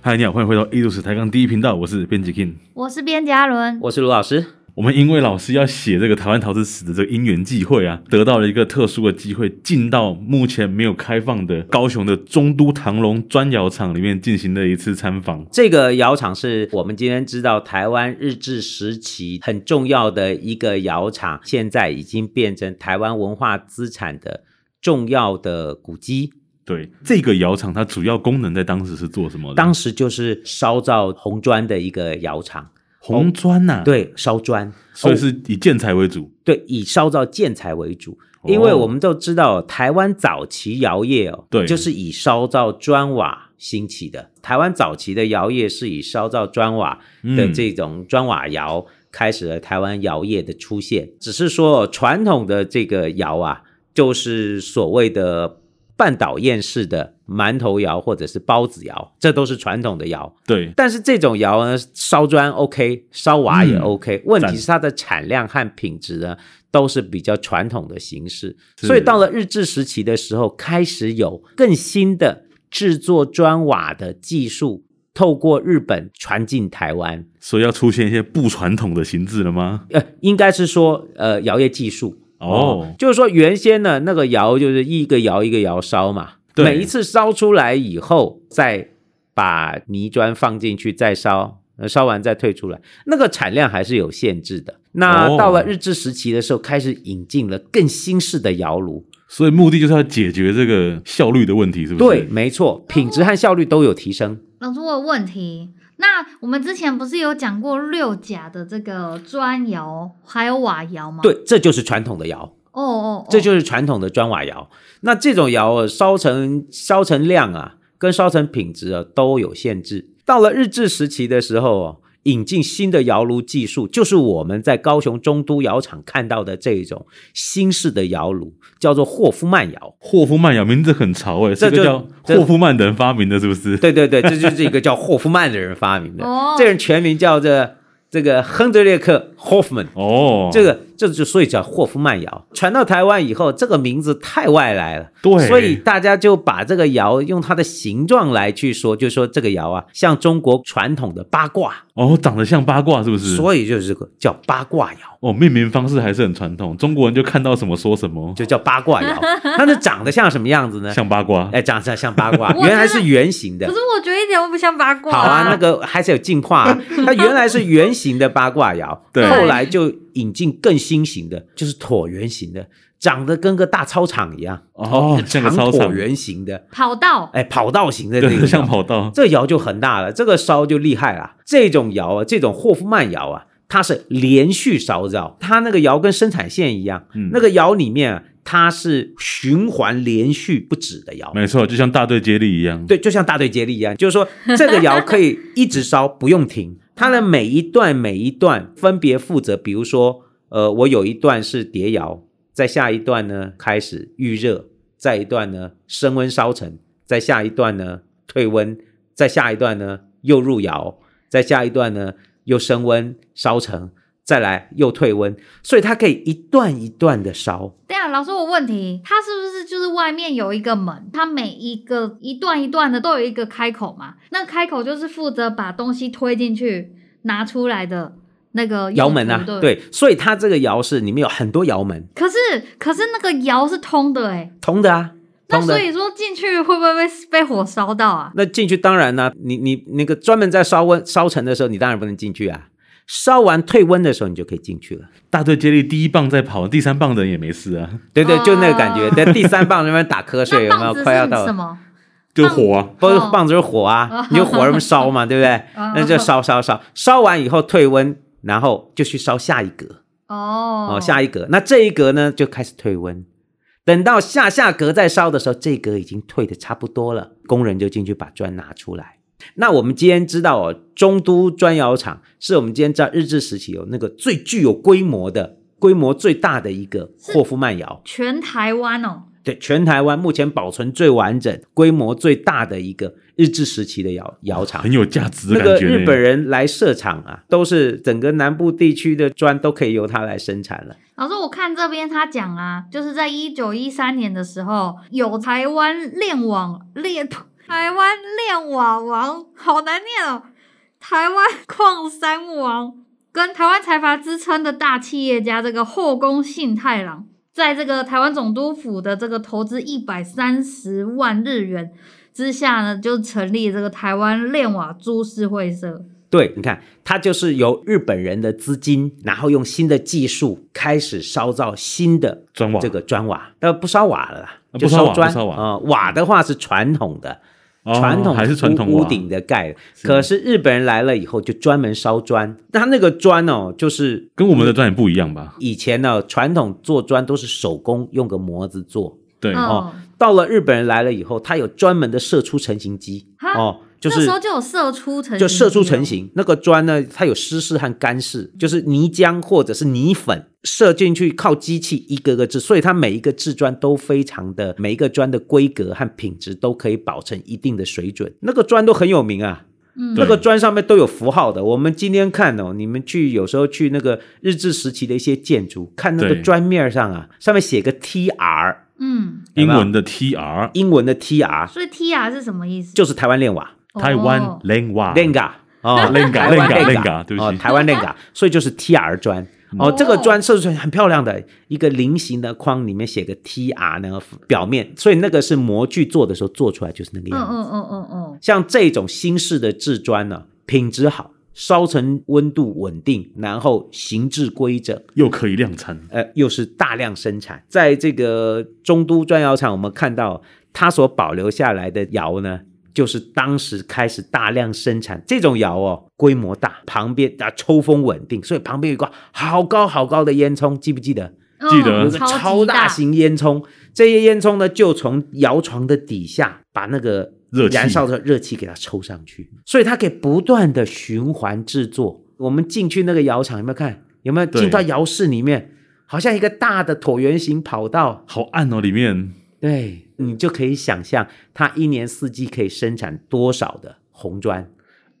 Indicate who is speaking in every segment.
Speaker 1: 嗨，你好，欢迎回到一如史抬杠第一频道，我是编辑 King。
Speaker 2: 我是边嘉伦，
Speaker 3: 我是卢老师。
Speaker 1: 我们因为老师要写这个台湾陶瓷史的这个因缘际会啊，得到了一个特殊的机会，进到目前没有开放的高雄的中都唐龙砖窑厂里面进行了一次参访。
Speaker 3: 这个窑厂是我们今天知道台湾日治时期很重要的一个窑厂，现在已经变成台湾文化资产的重要的古迹。
Speaker 1: 对，这个窑厂它主要功能在当时是做什么的？
Speaker 3: 当时就是烧造红砖的一个窑厂，
Speaker 1: 红砖呐、，
Speaker 3: 对，烧砖，
Speaker 1: 所以是以建材为主。
Speaker 3: 对，以烧造建材为主。
Speaker 1: 哦
Speaker 3: 因为我们都知道，台湾早期窑业哦，
Speaker 1: 对
Speaker 3: 就是以烧造砖瓦兴起的。台湾早期的窑业是以烧造砖瓦的
Speaker 1: 嗯
Speaker 3: 这种砖瓦窑开始了台湾窑业的出现。只是说传统的这个窑啊，就是所谓的半岛宴式的馒头窑或者是包子窑，这都是传统的窑。
Speaker 1: 对，
Speaker 3: 但是这种窑呢，烧砖 OK，烧瓦也
Speaker 1: 嗯
Speaker 3: OK，、问
Speaker 1: 赞
Speaker 3: 题是它的产量和品质呢，都是比较传统的形式。
Speaker 1: 是
Speaker 3: 所以到了日治时期的时候，开始有更新的制作砖瓦的技术，透过日本传进台湾。
Speaker 1: 所以要出现一些不传统的形制了吗？
Speaker 3: 呃，应该是说呃窑业技术
Speaker 1: 哦
Speaker 3: 就是说原先呢那个窑就是一个窑一个窑烧嘛，
Speaker 1: 对
Speaker 3: 每一次烧出来以后，再把泥砖放进去再烧，呃烧完再退出来，那个产量还是有限制的。那
Speaker 1: 哦
Speaker 3: 到了日治时期的时候，开始引进了更新式的窑炉，
Speaker 1: 所以目的就是要解决这个效率的问题，是不
Speaker 3: 对，
Speaker 1: 是？
Speaker 3: 没错，品质和效率都有提升。
Speaker 2: 老师我有问题。那我们之前不是有讲过六甲的这个砖窑还有瓦窑吗？，
Speaker 3: 对，这就是传统的窑。
Speaker 2: 哦哦，哦
Speaker 3: 这就是传统的砖瓦窑。那这种窑啊烧成烧成量啊，跟烧成品质啊都有限制。到了日治时期的时候哦，引进新的窑炉技术，就是我们在高雄中都窑厂看到的这种新式的窑炉，叫做霍夫曼窑。
Speaker 1: 霍夫曼窑名字很潮哎、
Speaker 3: 这
Speaker 1: 个
Speaker 3: 就
Speaker 1: 叫
Speaker 3: 这
Speaker 1: 霍夫曼的人发明的，是不是？
Speaker 3: 对对对，这就是一个叫霍夫曼的人发明的。
Speaker 2: 哦
Speaker 3: 这人全名叫这这个亨德烈克·霍夫曼。
Speaker 1: 哦，
Speaker 3: 这个这就所以叫霍夫曼窑。传到台湾以后，这个名字太外来了，
Speaker 1: 对
Speaker 3: 所以大家就把这个窑用它的形状来去说，就说这个窑啊，像中国传统的八卦，
Speaker 1: 哦，长得像八卦是不是？
Speaker 3: 所以就是这个叫八卦窑，
Speaker 1: 哦，命名方式还是很传统，中国人就看到什么说什么，
Speaker 3: 就叫八 卦窑。那这长得像什么样子呢？
Speaker 1: 像八卦。
Speaker 3: 哎，长得像八卦
Speaker 2: 我，觉得
Speaker 3: 原来是圆形
Speaker 2: 可是。
Speaker 3: 的
Speaker 2: 我觉得一点都不像八卦、
Speaker 3: 好啊，那个还是有进化、 啊。它原来是圆形的八卦窑，
Speaker 1: 对
Speaker 3: 后来就引进更新型的，就是椭圆形的，长得跟个大操场一样。
Speaker 1: 哦，像个操
Speaker 3: 哎椭
Speaker 1: 场，
Speaker 3: 圆形的，
Speaker 2: 跑道，
Speaker 3: 哎，跑道型的这
Speaker 1: 对，
Speaker 3: 个
Speaker 1: 像
Speaker 3: 窑，
Speaker 1: 跑道。
Speaker 3: 这窑就很大了，这个烧就厉害了。这种窑啊，这种霍夫曼窑啊，它是连续烧造，它那个窑跟生产线一样，
Speaker 1: 嗯
Speaker 3: 那个窑里面、啊、它是循环连续不止的窑。
Speaker 1: 没错，就像大队接力一样。
Speaker 3: 对，就像大队接力一样，就是说这个窑可以一直烧，不用停。它的每一段每一段分别负责，比如说，呃，我有一段是叠窑，在下一段呢开始预热，再一段呢升温烧成，再下一段呢退温，再下一段呢又入窑，再下一段呢又升温烧成，再来又退温，所以它可以一段一段的烧。
Speaker 2: 对啊，老师，我问题，它是不是就是外面有一个门，它每一个一段一段的都有一个开口嘛？那开口就是负责把东西推进去、拿出来的那个
Speaker 3: 窑门
Speaker 2: 啊
Speaker 3: 啊，，。对，所以它这个窑是里面有很多窑门，
Speaker 2: 可是可是那个窑是通的哎、
Speaker 3: 通的啊，
Speaker 2: 那
Speaker 3: 通的
Speaker 2: 所。以说进去会不会被被火烧到啊？
Speaker 3: 那进去当然呢、你你那个专门在烧温烧成的时候，你当然不能进去啊。烧完退温的时候，你就可以进去了。
Speaker 1: 大队接力第一棒在跑，第三棒的人也没事啊，
Speaker 3: 对对
Speaker 2: 哦，
Speaker 3: 就那 个感觉。在第三棒那边打瞌睡，
Speaker 2: 那
Speaker 3: 有没
Speaker 2: 棒
Speaker 3: 有
Speaker 2: 子
Speaker 3: 快要
Speaker 2: 是
Speaker 3: 到
Speaker 2: 什
Speaker 3: 了？
Speaker 2: 么？
Speaker 1: 就火啊。
Speaker 3: 不是
Speaker 2: 哦
Speaker 3: 棒子是火啊，你就火那么烧嘛，对不 对？
Speaker 2: 啊
Speaker 3: 那就烧烧烧，烧完以后退温，然后就去烧下一格
Speaker 2: 哦
Speaker 3: 哦，下一格。那这一格呢，就开始退温。等到下下格再烧的时候，这一格已经退的差不多了，工人就进去把砖拿出来。那我们今天知道哦，中都砖窑厂是我们今天在日治时期有那个最具有规模的、规模最大的一个霍夫曼窑，
Speaker 2: 全台湾哦，
Speaker 3: 对，全台湾目前保存最完整、规模最大的一个日治时期的窑窑厂
Speaker 1: 很。有价值的
Speaker 3: 那
Speaker 1: 感
Speaker 3: 个
Speaker 1: 觉、
Speaker 3: 日本，人来设厂啊，都是整个南部地区的砖都可以由它来生产了。
Speaker 2: 老师，我看这边他讲啊，就是在一九一三年的时候，有台湾链网猎 台湾炼瓦王，好难念哦。台湾矿山王跟台湾财阀之称的大企业家，这个后宫信太郎，在这个台湾总督府的这个投资一百三十万日元之下呢，就成立这个台湾炼瓦株式会社。
Speaker 3: 对，你看，它就是由日本人的资金，然后用新的技术开始烧造新的
Speaker 1: 砖瓦
Speaker 3: 这个砖瓦，呃，不烧瓦了啦，
Speaker 1: 啊
Speaker 3: 就
Speaker 1: 不烧瓦
Speaker 3: 砖
Speaker 1: 不烧瓦
Speaker 3: 啊、瓦的话是传统的，
Speaker 1: 哦
Speaker 3: 传统
Speaker 1: 还是传统
Speaker 3: 屋屋
Speaker 1: 瓦
Speaker 3: 顶的盖的。可是日本人来了以后，就专门烧砖。那他那个砖哦，就是
Speaker 1: 跟我们的砖也不一样吧？
Speaker 3: 以前呢、传统做砖都是手工用个模子做，
Speaker 1: 对，
Speaker 2: 嗯
Speaker 3: 哦，到了日本人来了以后，他有专门的射出成型机
Speaker 2: 哈
Speaker 3: 哦，就
Speaker 2: 啊那
Speaker 3: 是
Speaker 2: 时候就有射出成型
Speaker 3: 就射出
Speaker 2: 机了
Speaker 3: 成型。那个砖呢，它有湿式和干式，就是泥浆或者是泥粉射进去，靠机器一个个制，所以它每一个制砖都非常的，每一个砖的规格和品质都可以保证一定的水准。那个砖都很有名啊。
Speaker 2: 嗯
Speaker 3: 那个砖上面都有符号的。我们今天看哦，你们去有时候去那个日治时期的一些建筑，看那个
Speaker 1: 对
Speaker 3: 砖面上啊，上面写个 T R，
Speaker 2: 嗯，
Speaker 1: 英文的 TR
Speaker 3: 英文的 T R
Speaker 2: 所以 TR 是什么意思？
Speaker 3: 就是台湾炼瓦。
Speaker 1: 台湾
Speaker 2: 哦
Speaker 1: Lenga
Speaker 3: lenga 哦
Speaker 1: 啊 Lenga，
Speaker 3: 台湾
Speaker 1: Lenga，
Speaker 3: lenga，
Speaker 1: Lenga，对不起嗯
Speaker 3: 哦台湾 lenga，所以就是 TR 砖。哦，
Speaker 2: 哦
Speaker 3: 这个砖设计出来很漂亮的一个菱形的框，里面写个 TR 呢，表面，所以那个是模具做的时候做出来就是那个
Speaker 2: 嗯
Speaker 3: 样子。
Speaker 2: 嗯嗯嗯嗯，
Speaker 3: 像这种新式的制砖呢，品质好，烧成温度稳定，然后形制规整，
Speaker 1: 又可以量产，
Speaker 3: 呃，又是大量生产。在这个中都砖窑厂，我们看到它所保留下来的窑呢，就是当时开始大量生产这种窑哦，规模大，旁边啊抽风稳定，所以旁边有一个好高好高的烟囱，记不记得？
Speaker 2: 嗯
Speaker 1: 记得
Speaker 3: 有
Speaker 1: 嗯
Speaker 3: 一
Speaker 2: 级
Speaker 3: 个呃超大型烟囱，这些烟囱呢，就从窑床的底下把那个
Speaker 1: 热气
Speaker 3: 燃烧的热气给它抽上去，所以它可以不断的循环制作。我们进去那个窑厂有没有看？有没有
Speaker 1: 对
Speaker 3: 进到窑室里面？好像一个大的椭圆形跑道，
Speaker 1: 好暗哦，里面
Speaker 3: 对你就可以想象它一年四季可以生产多少的红砖。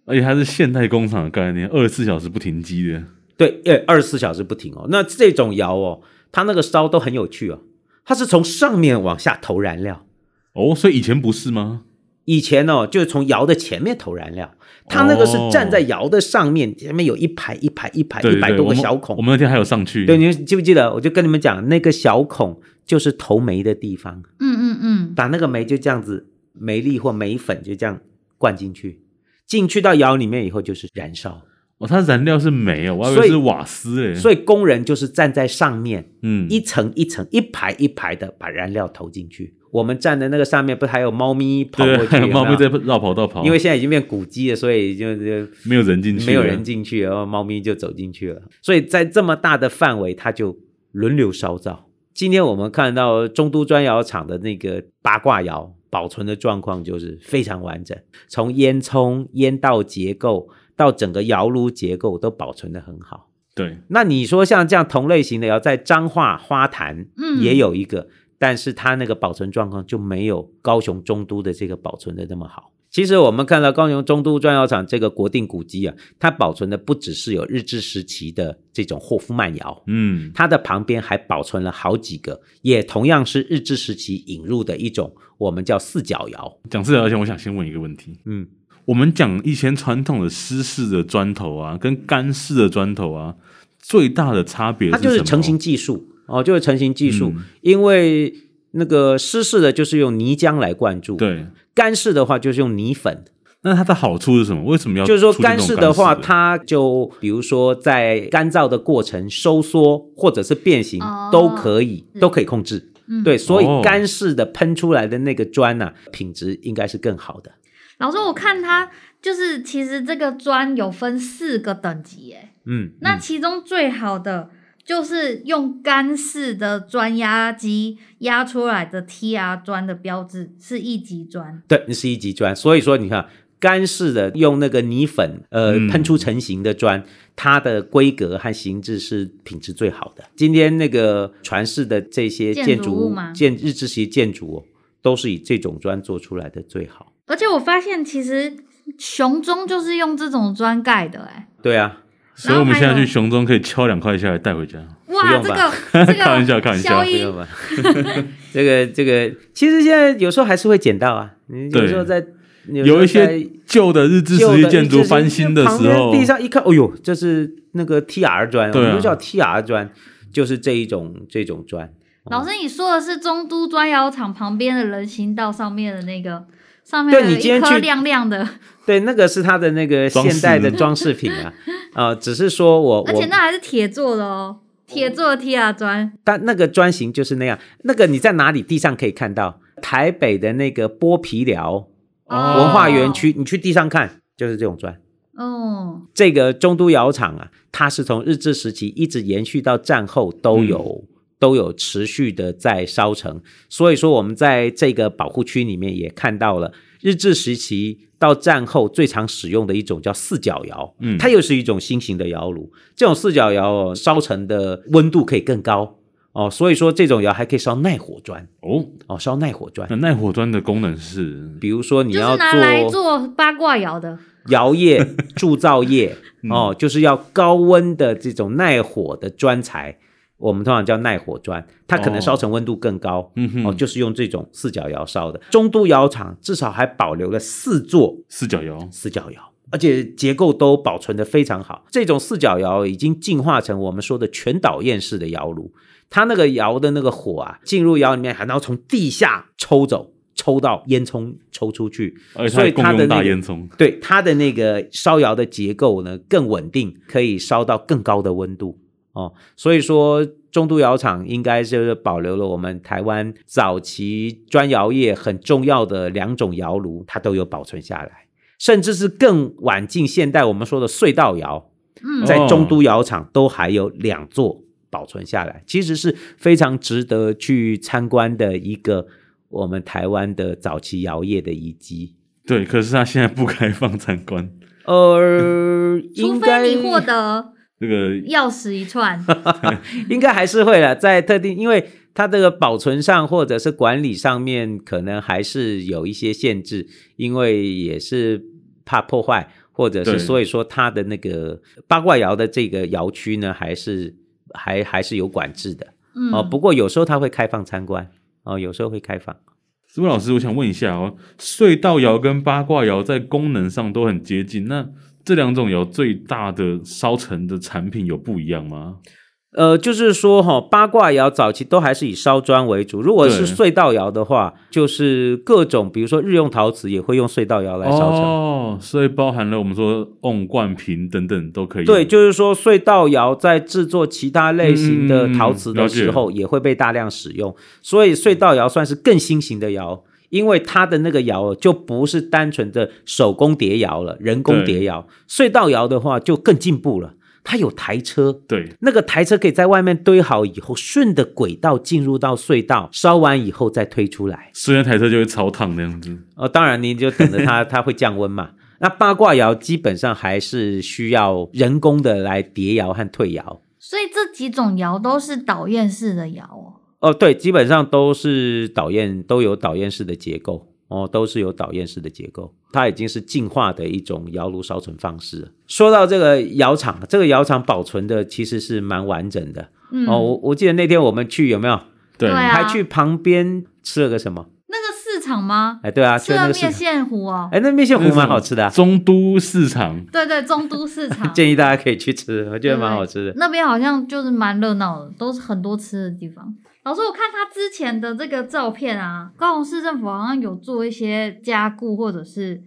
Speaker 1: 而且它是现代工厂的概念，二十四小时不停机的。
Speaker 3: 对，呃，二十四小时不停哦。那这种窑哦，它那个烧都很有趣哦，它是从上面往下投燃料。
Speaker 1: 哦，所以以前不是吗？
Speaker 3: 以前哦，就是从窑的前面投燃料，它那个是站在窑的上面，前面有一排一排一排
Speaker 1: 对
Speaker 3: 一
Speaker 1: 对
Speaker 3: 百
Speaker 1: 对，
Speaker 3: 多
Speaker 1: 我
Speaker 3: 个
Speaker 1: 们
Speaker 3: 小孔
Speaker 1: 我。们那天还有上去，
Speaker 3: 对，你们记不记得？我就跟你们讲，那个小孔就是投煤的地方，
Speaker 2: 嗯嗯嗯，
Speaker 3: 把那个煤就这样子，煤粒或煤粉就这样灌进去，进去到窑里面以后就是燃烧，
Speaker 1: 哦，它燃料是煤哦，我还以
Speaker 3: 所
Speaker 1: 为
Speaker 3: 以
Speaker 1: 是瓦斯嘞。
Speaker 3: 所以工人就是站在上面，
Speaker 1: 嗯，
Speaker 3: 一层一层、一排一排的把燃料投进去。我们站的那个上面不是还有猫咪跑
Speaker 1: 对对，
Speaker 3: 过去
Speaker 1: 还有？ 猫
Speaker 3: 没
Speaker 1: 咪在绕跑道跑，
Speaker 3: 因为现在已经变古迹了，所以就就
Speaker 1: 没有人进去，
Speaker 3: 没有人。进去，然后猫咪就走进去了。所以在这么大的范围，它就轮流烧造。今天我们看到中都砖窑厂的那个八卦窑保存的状况，就是非常完整，从烟囱、烟道结构到整个窑炉结构都保存的很好。
Speaker 1: 对，
Speaker 3: 那你说像这样同类型的窑，在彰化花坛，
Speaker 2: 嗯
Speaker 3: 也有一个，但是它那个保存状况就没有高雄中都的这个保存的那么好。其实我们看到高雄中都砖窑厂这个国定古迹啊，它保存的不只是有日治时期的这种霍夫曼窑，
Speaker 1: 嗯，
Speaker 3: 它的旁边还保存了好几个，也同样是日治时期引入的一种我们叫四角窑。
Speaker 1: 讲这条前，我想先问一个问题：
Speaker 3: 嗯，
Speaker 1: 我们讲以前传统的湿式的砖头啊，跟干式的砖头啊，最大的差别
Speaker 3: 它
Speaker 1: 什么
Speaker 3: 就是成型技术哦，就是成型技术，
Speaker 1: 嗯
Speaker 3: 因为那个湿式的就是用泥浆来灌注，
Speaker 1: 对。
Speaker 3: 干式的话就是用泥粉，
Speaker 1: 那它的好处是什么？为什么要
Speaker 3: 就是说
Speaker 1: 出这种
Speaker 3: 干
Speaker 1: 干
Speaker 3: 式
Speaker 1: 式
Speaker 3: 的话，它就比如说在干燥的过程收缩或者是变形、
Speaker 2: 哦
Speaker 3: 都可以，
Speaker 2: 嗯
Speaker 3: 都可以控制。
Speaker 2: 嗯
Speaker 3: 对，所以
Speaker 1: 哦
Speaker 3: 干式的喷出来的那个砖呢、品质应该是更好的。
Speaker 2: 老师，我看它就是其实这个砖有分四个等级，诶，
Speaker 3: 嗯，
Speaker 2: 那
Speaker 3: 嗯
Speaker 2: 其中最好的就是用干式的砖压机压出来的 TR 砖的标志是一级砖，
Speaker 3: 对，那是一级砖。所以说你看。干式的用那个泥粉，呃，
Speaker 1: 嗯
Speaker 3: 喷出成型的砖，它的规格和形制是品质最好的。今天那个传世的这些
Speaker 2: 建
Speaker 3: 建
Speaker 2: 筑
Speaker 3: 筑
Speaker 2: 物
Speaker 3: 物
Speaker 2: 吗
Speaker 3: 建日治时期建筑、哦，都是以这种砖做出来的最好。
Speaker 2: 而且我发现其实熊中就是用这种砖盖的，诶。
Speaker 3: 对啊，
Speaker 1: 所以我们现在
Speaker 2: 然后还有
Speaker 1: 去熊中可以敲两块下来带回家。
Speaker 2: 哇，这
Speaker 3: 不用
Speaker 2: 个
Speaker 3: 吧
Speaker 2: 这个
Speaker 1: 开玩笑开玩笑
Speaker 2: 消
Speaker 3: 不
Speaker 2: 音
Speaker 3: 用 吧？这个这个，其实现在有时候还是会捡到啊。你有时候
Speaker 1: 对
Speaker 3: 在
Speaker 1: 有一些旧的日治时期建筑翻新的
Speaker 3: 旁
Speaker 1: 时
Speaker 3: 边
Speaker 1: 候，
Speaker 3: 地上一看，哦呦，这是那个 T R 砖，我
Speaker 1: 对啊
Speaker 3: 们就叫 T R 砖，就是这一种这种砖。
Speaker 2: 老
Speaker 3: 嗯
Speaker 2: 师，你说的是中都砖窑厂旁边的人行道上面的那个，上
Speaker 3: 对
Speaker 2: 面
Speaker 3: 你
Speaker 2: 有
Speaker 3: 今
Speaker 2: 一
Speaker 3: 天
Speaker 2: 颗
Speaker 3: 去
Speaker 2: 亮亮的，
Speaker 3: 对，那个是它的那个
Speaker 1: 装饰
Speaker 3: 现代的装饰品 啊，呃，只是说我
Speaker 2: 而且
Speaker 3: 我
Speaker 2: 那还是铁做的哦，铁做的 T R 砖，
Speaker 3: 但那个砖型就是那样，那个你在哪里地上可以看到？台北的那个剥皮寮
Speaker 1: 哦
Speaker 3: 文化园，区，你去地上看，就是这种砖。
Speaker 2: 哦，
Speaker 3: 这个中都窑厂啊，它是从日治时期一直延续到战后都有、都有持续的在烧成，所以说我们在这个保护区里面也看到了日治时期到战后最常使用的一种叫四角窑，
Speaker 1: 嗯
Speaker 3: 它又是一种新型的窑炉，这种四角窑哦烧成的温度可以更高哦，所以说这种窑还可以烧耐火砖
Speaker 1: 哦，
Speaker 3: 哦，烧耐火砖
Speaker 1: 那，耐火砖的功能是
Speaker 3: 比如说你
Speaker 2: 就
Speaker 3: 要
Speaker 2: 是
Speaker 3: 做
Speaker 2: 拿来做八卦窑的，
Speaker 3: 窑业、铸造业哦，就是要高温的这种耐火的砖材，我们通常叫耐火砖，它可能烧成温度更高。
Speaker 1: 嗯哼
Speaker 3: 哦，就是用这种四角窑烧的。中都窑厂至少还保留了四座
Speaker 1: 四角窑，
Speaker 3: 四角窑，而且结构都保存得非常好。这种四角窑已经进化成我们说的全岛焰式的窑炉，它那个窑的那个火啊，进入窑里面，还然后从地下抽走，抽到烟囱抽出去，
Speaker 1: 而且它
Speaker 3: 所以
Speaker 1: 还共
Speaker 3: 它的
Speaker 1: 用
Speaker 3: 那
Speaker 1: 大
Speaker 3: 个
Speaker 1: 烟囱，
Speaker 3: 对它的那个烧窑的结构呢更稳定，可以烧到更高的温度哦。所以说，中都窑厂应该就是保留了我们台湾早期砖窑业很重要的两种窑炉，它都有保存下来，甚至是更晚近现代我们说的隧道窑，
Speaker 2: 嗯，
Speaker 3: 在中都窑厂都还有两座保存下来，其实是非常值得去参观的一个我们台湾的早期窑业的遗迹。
Speaker 1: 对，可是它现在不开放参观，
Speaker 3: 呃，
Speaker 2: 除
Speaker 3: 应该哦
Speaker 2: 非你获得
Speaker 1: 这个
Speaker 2: 钥匙一串，
Speaker 3: 应该还是会了，在特定，因为它这个保存上或者是管理上面，可能还是有一些限制，因为也是怕破坏，或者
Speaker 1: 对
Speaker 3: 是所以说它的那个八卦窑的这个窑区呢，还是还还是有管制的、
Speaker 2: 嗯，
Speaker 3: 哦。不过有时候它会开放参观哦，有时候会开放。
Speaker 1: 思文老师，我想问一下哦，隧道窑跟八卦窑在功能上都很接近，那这两种窑最大的烧成的产品有不一样吗？
Speaker 3: 呃，就是说哈、八卦窑早期都还是以烧砖为主。如果是
Speaker 1: 对
Speaker 3: 隧道窑的话，就是各种，比如说日用陶瓷也会用隧道窑来烧成。
Speaker 1: 哦，所以包含了我们说瓮、罐瓶等等都可以。
Speaker 3: 对，就是说隧道窑在制作其他类型的陶瓷
Speaker 1: 嗯了
Speaker 3: 的
Speaker 1: 解
Speaker 3: 时候，也会被大量使用，所以隧道窑算是更新型的窑。因为它的那个窑就不是单纯的手工叠窑了，人工叠窑。隧道窑的话就更进步了，它有台车，
Speaker 1: 对，
Speaker 3: 那个台车可以在外面堆好以后，顺着轨道进入到隧道，烧完以后再推出来。
Speaker 1: 虽然台车就会超烫那样子。
Speaker 3: 哦，当然你就等着 它，它会降温嘛。那八卦窑基本上还是需要人工的来叠窑和退窑。
Speaker 2: 所以这几种窑都是导焰式的窑哦。
Speaker 3: 哦，对，基本上都是导焰都有导焰式的结构哦，都是有导焰式的结构，它已经是进化的一种窑炉烧成方式了。说到这个窑厂，这个窑厂保存的其实是蛮完整的、
Speaker 2: 嗯，
Speaker 3: 哦。我我记得那天我们去有没有，
Speaker 1: 对，
Speaker 2: 对啊
Speaker 3: 还去旁边吃了个什么？
Speaker 2: 那个市场吗？
Speaker 3: 哎，对啊，
Speaker 2: 吃
Speaker 3: 去那
Speaker 2: 了
Speaker 3: 个市
Speaker 2: 面
Speaker 3: 场，
Speaker 2: 线糊哦，
Speaker 3: 哎，那面线
Speaker 1: 那
Speaker 3: 糊
Speaker 1: 是
Speaker 3: 蛮好吃的啊、
Speaker 1: 中都市场
Speaker 2: 对对，中都市场，
Speaker 3: 建议大家可以去吃，我觉得蛮好吃的。
Speaker 2: 那边好像就是蛮热闹的，都是很多吃的地方。老师，我看他之前的这个照片啊，高雄市政府好像有做一些加固或者是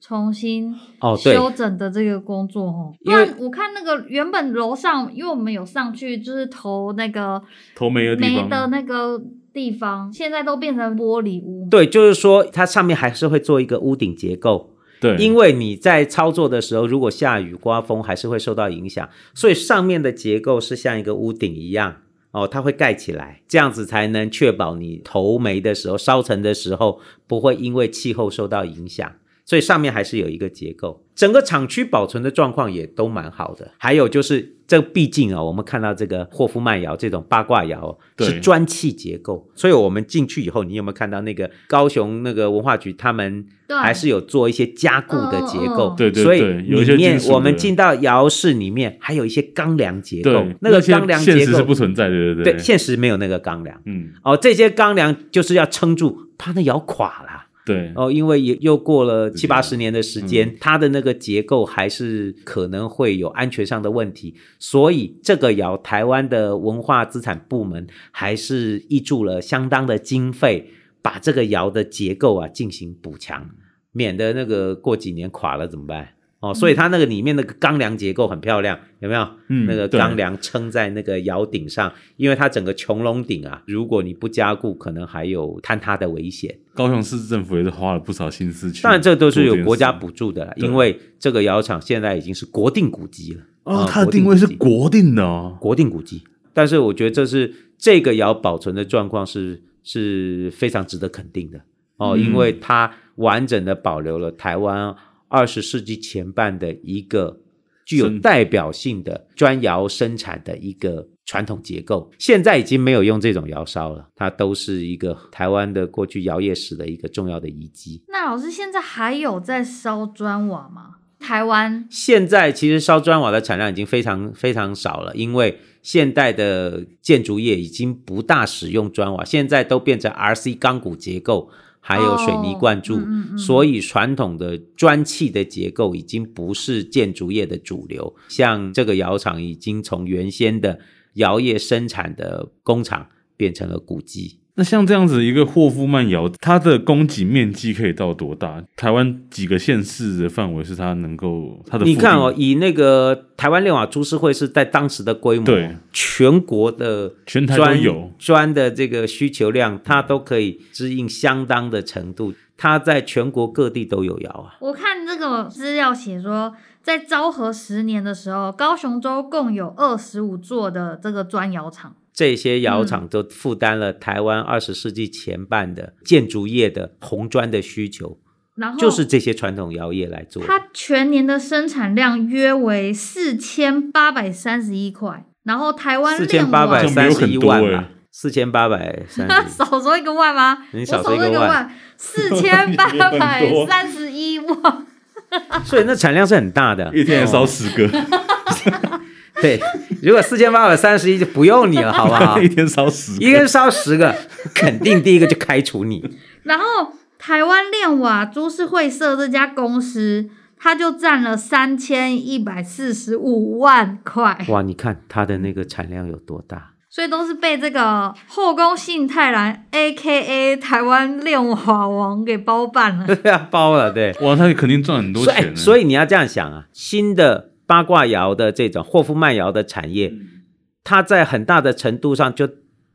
Speaker 2: 重新
Speaker 3: 哦，对，
Speaker 2: 修整的这个工作哦。
Speaker 3: 因为
Speaker 2: 不然我看那个原本楼上，因为我们有上去就是投那个
Speaker 1: 头没的地
Speaker 2: 煤的
Speaker 1: 方，
Speaker 2: 那个地方，现在都变成玻璃屋。
Speaker 3: 对，就是说它上面还是会做一个屋顶结构，
Speaker 1: 对，
Speaker 3: 因为你在操作的时候，如果下雨、刮风，还是会受到影响，所以上面的结构是像一个屋顶一样哦，它会盖起来，这样子才能确保你投煤的时候、烧成的时候不会因为气候受到影响。所以上面还是有一个结构，整个厂区保存的状况也都蛮好的。还有就是，这毕竟啊、我们看到这个霍夫曼窑这种八卦窑、哦、
Speaker 1: 对
Speaker 3: 是砖砌结构，所以我们进去以后，你有没有看到那个高雄那个文化局他们
Speaker 2: 对
Speaker 3: 还是有做一些加固的结
Speaker 2: 嗯嗯
Speaker 3: 构
Speaker 2: 嗯，
Speaker 1: 对对
Speaker 3: 所以
Speaker 1: 对有一些
Speaker 3: 里面
Speaker 1: 金属的
Speaker 3: 我们进到窑室里面还有一些钢梁结构
Speaker 1: 对，，
Speaker 3: 那个
Speaker 1: 些
Speaker 3: 钢梁
Speaker 1: 现
Speaker 3: 结
Speaker 1: 实是不
Speaker 3: 构
Speaker 1: 存在的，对
Speaker 3: 对
Speaker 1: 对对，
Speaker 3: 现实没有那个钢梁
Speaker 1: 嗯，
Speaker 3: 哦，这些钢梁就是要撑住，怕那窑垮了。
Speaker 1: 对，
Speaker 3: 哦，因为也又过了七八十年的时间，
Speaker 1: 嗯
Speaker 3: 它的那个结构还是可能会有安全上的问题，所以这个窑台湾的文化资产部门还是挹注了相当的经费，把这个窑的结构啊进行补强，免得那个过几年垮了怎么办？哦，所以它那个里面那个钢梁结构很漂亮，有没有？
Speaker 1: 嗯
Speaker 3: 那个
Speaker 1: 对
Speaker 3: 钢梁撑在那个窑顶上，因为它整个穹窿顶啊，如果你不加固，可能还有坍塌的危险。
Speaker 1: 高雄市政府也是花了不少心思去做件事。啊
Speaker 3: 当然，这都是有国家补助的啦，
Speaker 1: 对
Speaker 3: 因为这个窑厂现在已经是国定古迹了。
Speaker 1: 哦
Speaker 3: 啊，
Speaker 1: 它的定位是
Speaker 3: 国定古迹
Speaker 1: 国定的哦。
Speaker 3: 国定古迹，但是我觉得这是这个窑保存的状况是是非常值得肯定的哦，
Speaker 1: 嗯
Speaker 3: 因为它完整的保留了台湾二十世纪前半的一个具有
Speaker 1: 生
Speaker 3: 代表性的砖窑生产的一个传统结构。现在已经没有用这种窑烧了，它都是一个台湾的过去窑业史的一个重要的遗迹。
Speaker 2: 那老师现在还有在烧砖瓦吗？台湾
Speaker 3: 现在其实烧砖瓦的产量已经非常非常少了，因为现代的建筑业已经不大使用砖瓦，现在都变成 RC 钢骨结构，还有水泥灌注，
Speaker 2: 哦嗯嗯嗯
Speaker 3: 所以传统的砖砌的结构已经不是建筑业的主流。像这个窑厂已经从原先的窑业生产的工厂变成了古迹。
Speaker 1: 那像这样子一个霍夫曼窑，它的供给面积可以到多大？台湾几个县市的范围是它能够它的？
Speaker 3: 你看哦，，以那个台湾炼瓦株式会是在当时的规模，
Speaker 1: 对
Speaker 3: 全国的
Speaker 1: 全台都
Speaker 3: 砖
Speaker 1: 有，
Speaker 3: 砖的这个需求量，它都可以支应相当的程度，它在全国各地都有窑啊。
Speaker 2: 我看这个资料写说，在昭和十年的时候，高雄州共有二十五座的这个砖窑厂。
Speaker 3: 这些窑厂都负担了台湾二十世纪前半的建筑业的红砖的需求，
Speaker 2: 然后
Speaker 3: 就是这些传统窑业来做的。
Speaker 2: 哦它全年的生产量约为四千八百三十一块，然后台湾
Speaker 3: 四
Speaker 2: 炼
Speaker 3: 千八
Speaker 2: 瓦
Speaker 3: 百
Speaker 1: 这没
Speaker 3: 三
Speaker 1: 有
Speaker 3: 十
Speaker 1: 很
Speaker 3: 一
Speaker 1: 多
Speaker 3: 万
Speaker 1: 欸
Speaker 3: 吧，四千八百三十。
Speaker 2: 少说一个万吗？
Speaker 3: 你
Speaker 2: 我
Speaker 3: 少
Speaker 2: 少
Speaker 3: 说一个
Speaker 2: 一个
Speaker 3: 万
Speaker 2: 万，四千八百三十一万。
Speaker 3: 所以那产量是很大 的。
Speaker 1: 一天也烧十个，
Speaker 3: 对，如果四千八百三十一就不用你了，好不好
Speaker 1: ？一天烧十
Speaker 3: 一
Speaker 1: 个，
Speaker 3: 个人烧十个，肯定第一个就开除你。
Speaker 2: 然后台湾炼瓦株式会社这家公司，它就占了三千一百四十五万块，
Speaker 3: 哇，你看它的那个产量有多大？
Speaker 2: 所以都是被这个后宫信太郎 （A K A 台湾炼瓦王）给包办 了。
Speaker 3: 对啊，包了，对。
Speaker 1: 哇，它肯定赚很多
Speaker 3: 所以、
Speaker 1: 钱呢。
Speaker 3: 所以你要这样想啊，新的八卦窑的这种霍夫曼窑的产业，
Speaker 1: 嗯
Speaker 3: 它在很大的程度上就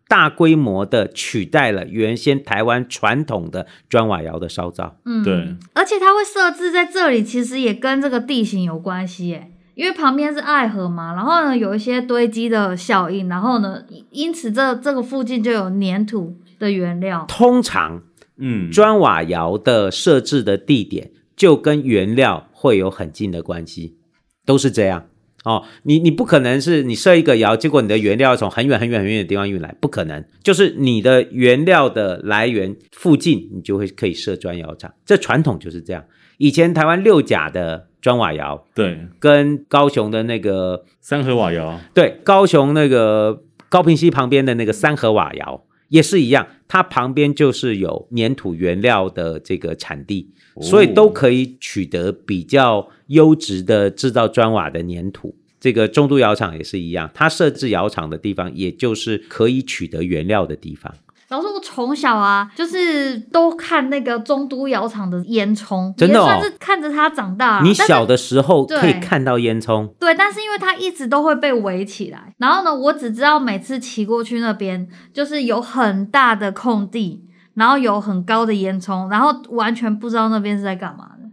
Speaker 3: 大规模的取代了原先台湾传统的砖瓦窑的烧造。
Speaker 2: 嗯，
Speaker 1: 对，
Speaker 2: 而且它会设置在这里，其实也跟这个地形有关系耶，因为旁边是爱河嘛，然后呢有一些堆积的效应，然后呢因因此这这个附近就有粘土的原料，
Speaker 3: 通常
Speaker 1: 嗯，
Speaker 3: 砖瓦窑的设置的地点就跟原料会有很近的关系，都是这样哦。你你不可能是你设一个窑，结果你的原料从很远很远很远的地方运来，不可能。就是你的原料的来源附近，你就会可以设砖窑厂。这传统就是这样。以前台湾六甲的砖瓦窑
Speaker 1: 对，
Speaker 3: 跟高雄的那个
Speaker 1: 三河瓦窑，
Speaker 3: 对，高雄那个高平溪旁边的那个三河瓦窑也是一样，它旁边就是有粘土原料的这个产地，
Speaker 1: 哦
Speaker 3: 所以都可以取得比较优质的制造砖瓦的粘土。这个中都窑厂也是一样，它设置窑厂的地方，也就是可以取得原料的地方。
Speaker 2: 然后我从小啊就是都看那个中都窑厂的烟囱，
Speaker 3: 真的哦
Speaker 2: 也算是看着它长大啦，
Speaker 3: 你
Speaker 2: 啊但是
Speaker 3: 小的时候可以
Speaker 2: 对
Speaker 3: 看到烟囱，
Speaker 2: 对，但是因为它一直都会被围起来，然后呢，我只知道每次骑过去那边就是有很大的空地，然后有很高的烟囱，然后完全不知道那边是在干嘛的。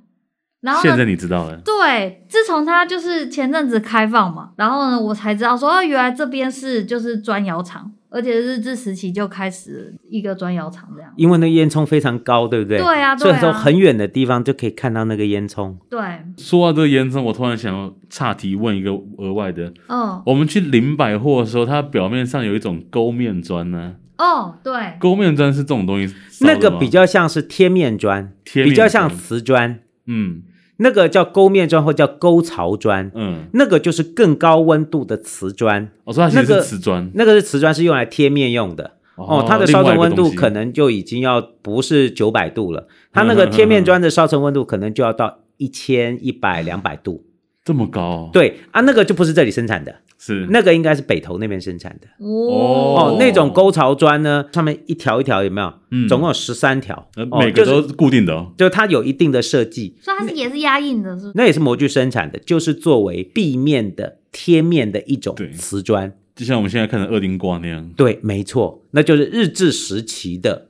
Speaker 2: 然后
Speaker 1: 现在
Speaker 2: 呢，
Speaker 1: 你知道了，
Speaker 2: 对，自从它就是前阵子开放嘛，然后呢，我才知道说，哦，原来这边是就是砖窑厂，而且日治时期就开始一个砖窑厂这样。
Speaker 3: 因为那烟囱非常高，对不对？
Speaker 2: 对啊，
Speaker 3: 所
Speaker 2: 对
Speaker 3: 以从
Speaker 2: 啊，
Speaker 3: 很远的地方就可以看到那个烟囱。
Speaker 2: 对，
Speaker 1: 说到这个烟囱，我突然想要岔题问一个额外的，
Speaker 2: 嗯，
Speaker 1: 我们去林百货的时候，它表面上有一种勾面砖呢、
Speaker 2: 哦，对，
Speaker 1: 勾面砖是这种东西烧的
Speaker 3: 那
Speaker 1: 吗，
Speaker 3: 个比较像是贴面砖，
Speaker 1: 贴
Speaker 3: 比较
Speaker 1: 面
Speaker 3: 像
Speaker 1: 砖
Speaker 3: 瓷砖，
Speaker 1: 嗯
Speaker 3: 那个叫勾面砖或叫沟槽砖，
Speaker 1: 嗯，哦
Speaker 3: 那个就是更高温度的瓷砖，
Speaker 1: 我说它其
Speaker 3: 那
Speaker 1: 实
Speaker 3: 个
Speaker 1: 是瓷砖，
Speaker 3: 那个是瓷砖是用来贴面用的。哦，它的烧成温度可能就已经要不是九百度了，它那个贴面砖的烧成温度可能就要到一千一百两百度。
Speaker 1: 这么高，，哦
Speaker 3: 对啊，那个就不是这里生产的，
Speaker 1: 是
Speaker 3: 那个应该是北投那边生产的。
Speaker 1: 哦
Speaker 3: 哦，那种沟槽砖呢，上面一条一条有没有？
Speaker 1: 嗯
Speaker 3: 总共有十三条
Speaker 1: 呃，
Speaker 3: 哦
Speaker 1: 每个
Speaker 3: 就是
Speaker 1: 都是固定的哦，
Speaker 3: 就它有一定的设计，
Speaker 2: 所以它是也是压印的，是不是？
Speaker 3: 那也是模具生产的，就是作为壁面的贴面的一种
Speaker 1: 对
Speaker 3: 瓷砖。
Speaker 1: 就像我们现在看的二丁瓜那样，
Speaker 3: 对，没错，那就是日治时期的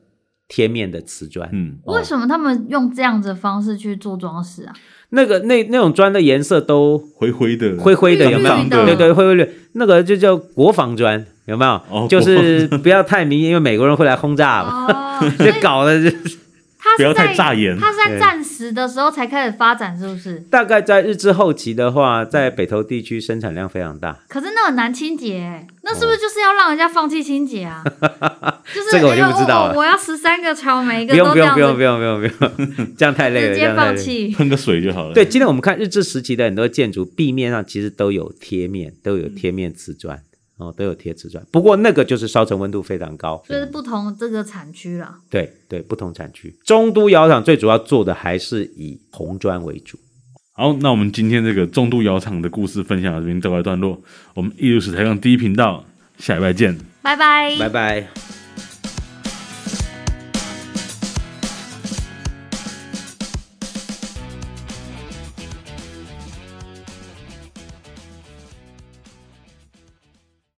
Speaker 3: 贴面的瓷砖。
Speaker 1: 嗯，
Speaker 2: 为什么他们用这样子的方式去做装饰啊？
Speaker 3: 那个那那种砖的颜色都
Speaker 1: 灰灰的，
Speaker 3: 灰灰的，有没有
Speaker 1: 绿绿？的
Speaker 3: 对对，灰灰绿，那个就叫国防砖，有没有？
Speaker 1: 嗯哦
Speaker 3: 就是不要太明，因为美国人会来轰炸嘛，
Speaker 2: 哦，所
Speaker 3: 就
Speaker 2: 以
Speaker 3: 搞的就
Speaker 2: 它
Speaker 1: 不
Speaker 2: 是
Speaker 1: 要太
Speaker 2: 在
Speaker 1: 扎眼，
Speaker 2: 它是在
Speaker 3: 对
Speaker 2: 战时的时候才开始发展，是不是？
Speaker 3: 大概在日治后期的话，在北投地区生产量非常大。
Speaker 2: 可是那很难清洁、欸，那是不是就是要让人家放弃清洁啊？就是
Speaker 3: 哦这个我就不知道
Speaker 2: 哎
Speaker 3: 了
Speaker 2: 我我我要十三个桥，每一
Speaker 3: 不
Speaker 2: 个
Speaker 3: 用
Speaker 2: 都
Speaker 3: 不
Speaker 2: 这
Speaker 3: 用
Speaker 2: 样
Speaker 3: 不用不
Speaker 2: 子，
Speaker 3: 用不用不用， 这样太累了，
Speaker 2: 直
Speaker 3: 这样
Speaker 2: 接
Speaker 3: 太
Speaker 2: 放
Speaker 3: 累了。
Speaker 2: 弃。
Speaker 1: 喷个水就好了，
Speaker 3: 对，，今天我们看日治时期的很多建筑壁面上其实都有贴面，都有贴面瓷砖哦，都有贴瓷砖。不过那个就是烧成温度非常高，
Speaker 2: 就是不同这个产区啦。
Speaker 3: 对对，不同产区。中都窑厂最主要做的还是以红砖为主。
Speaker 1: 好，那我们今天这个重度窑厂的故事分享到这边告一段落，我们艺术史台上第一频道，下礼拜见。
Speaker 2: 拜拜，
Speaker 3: 拜拜。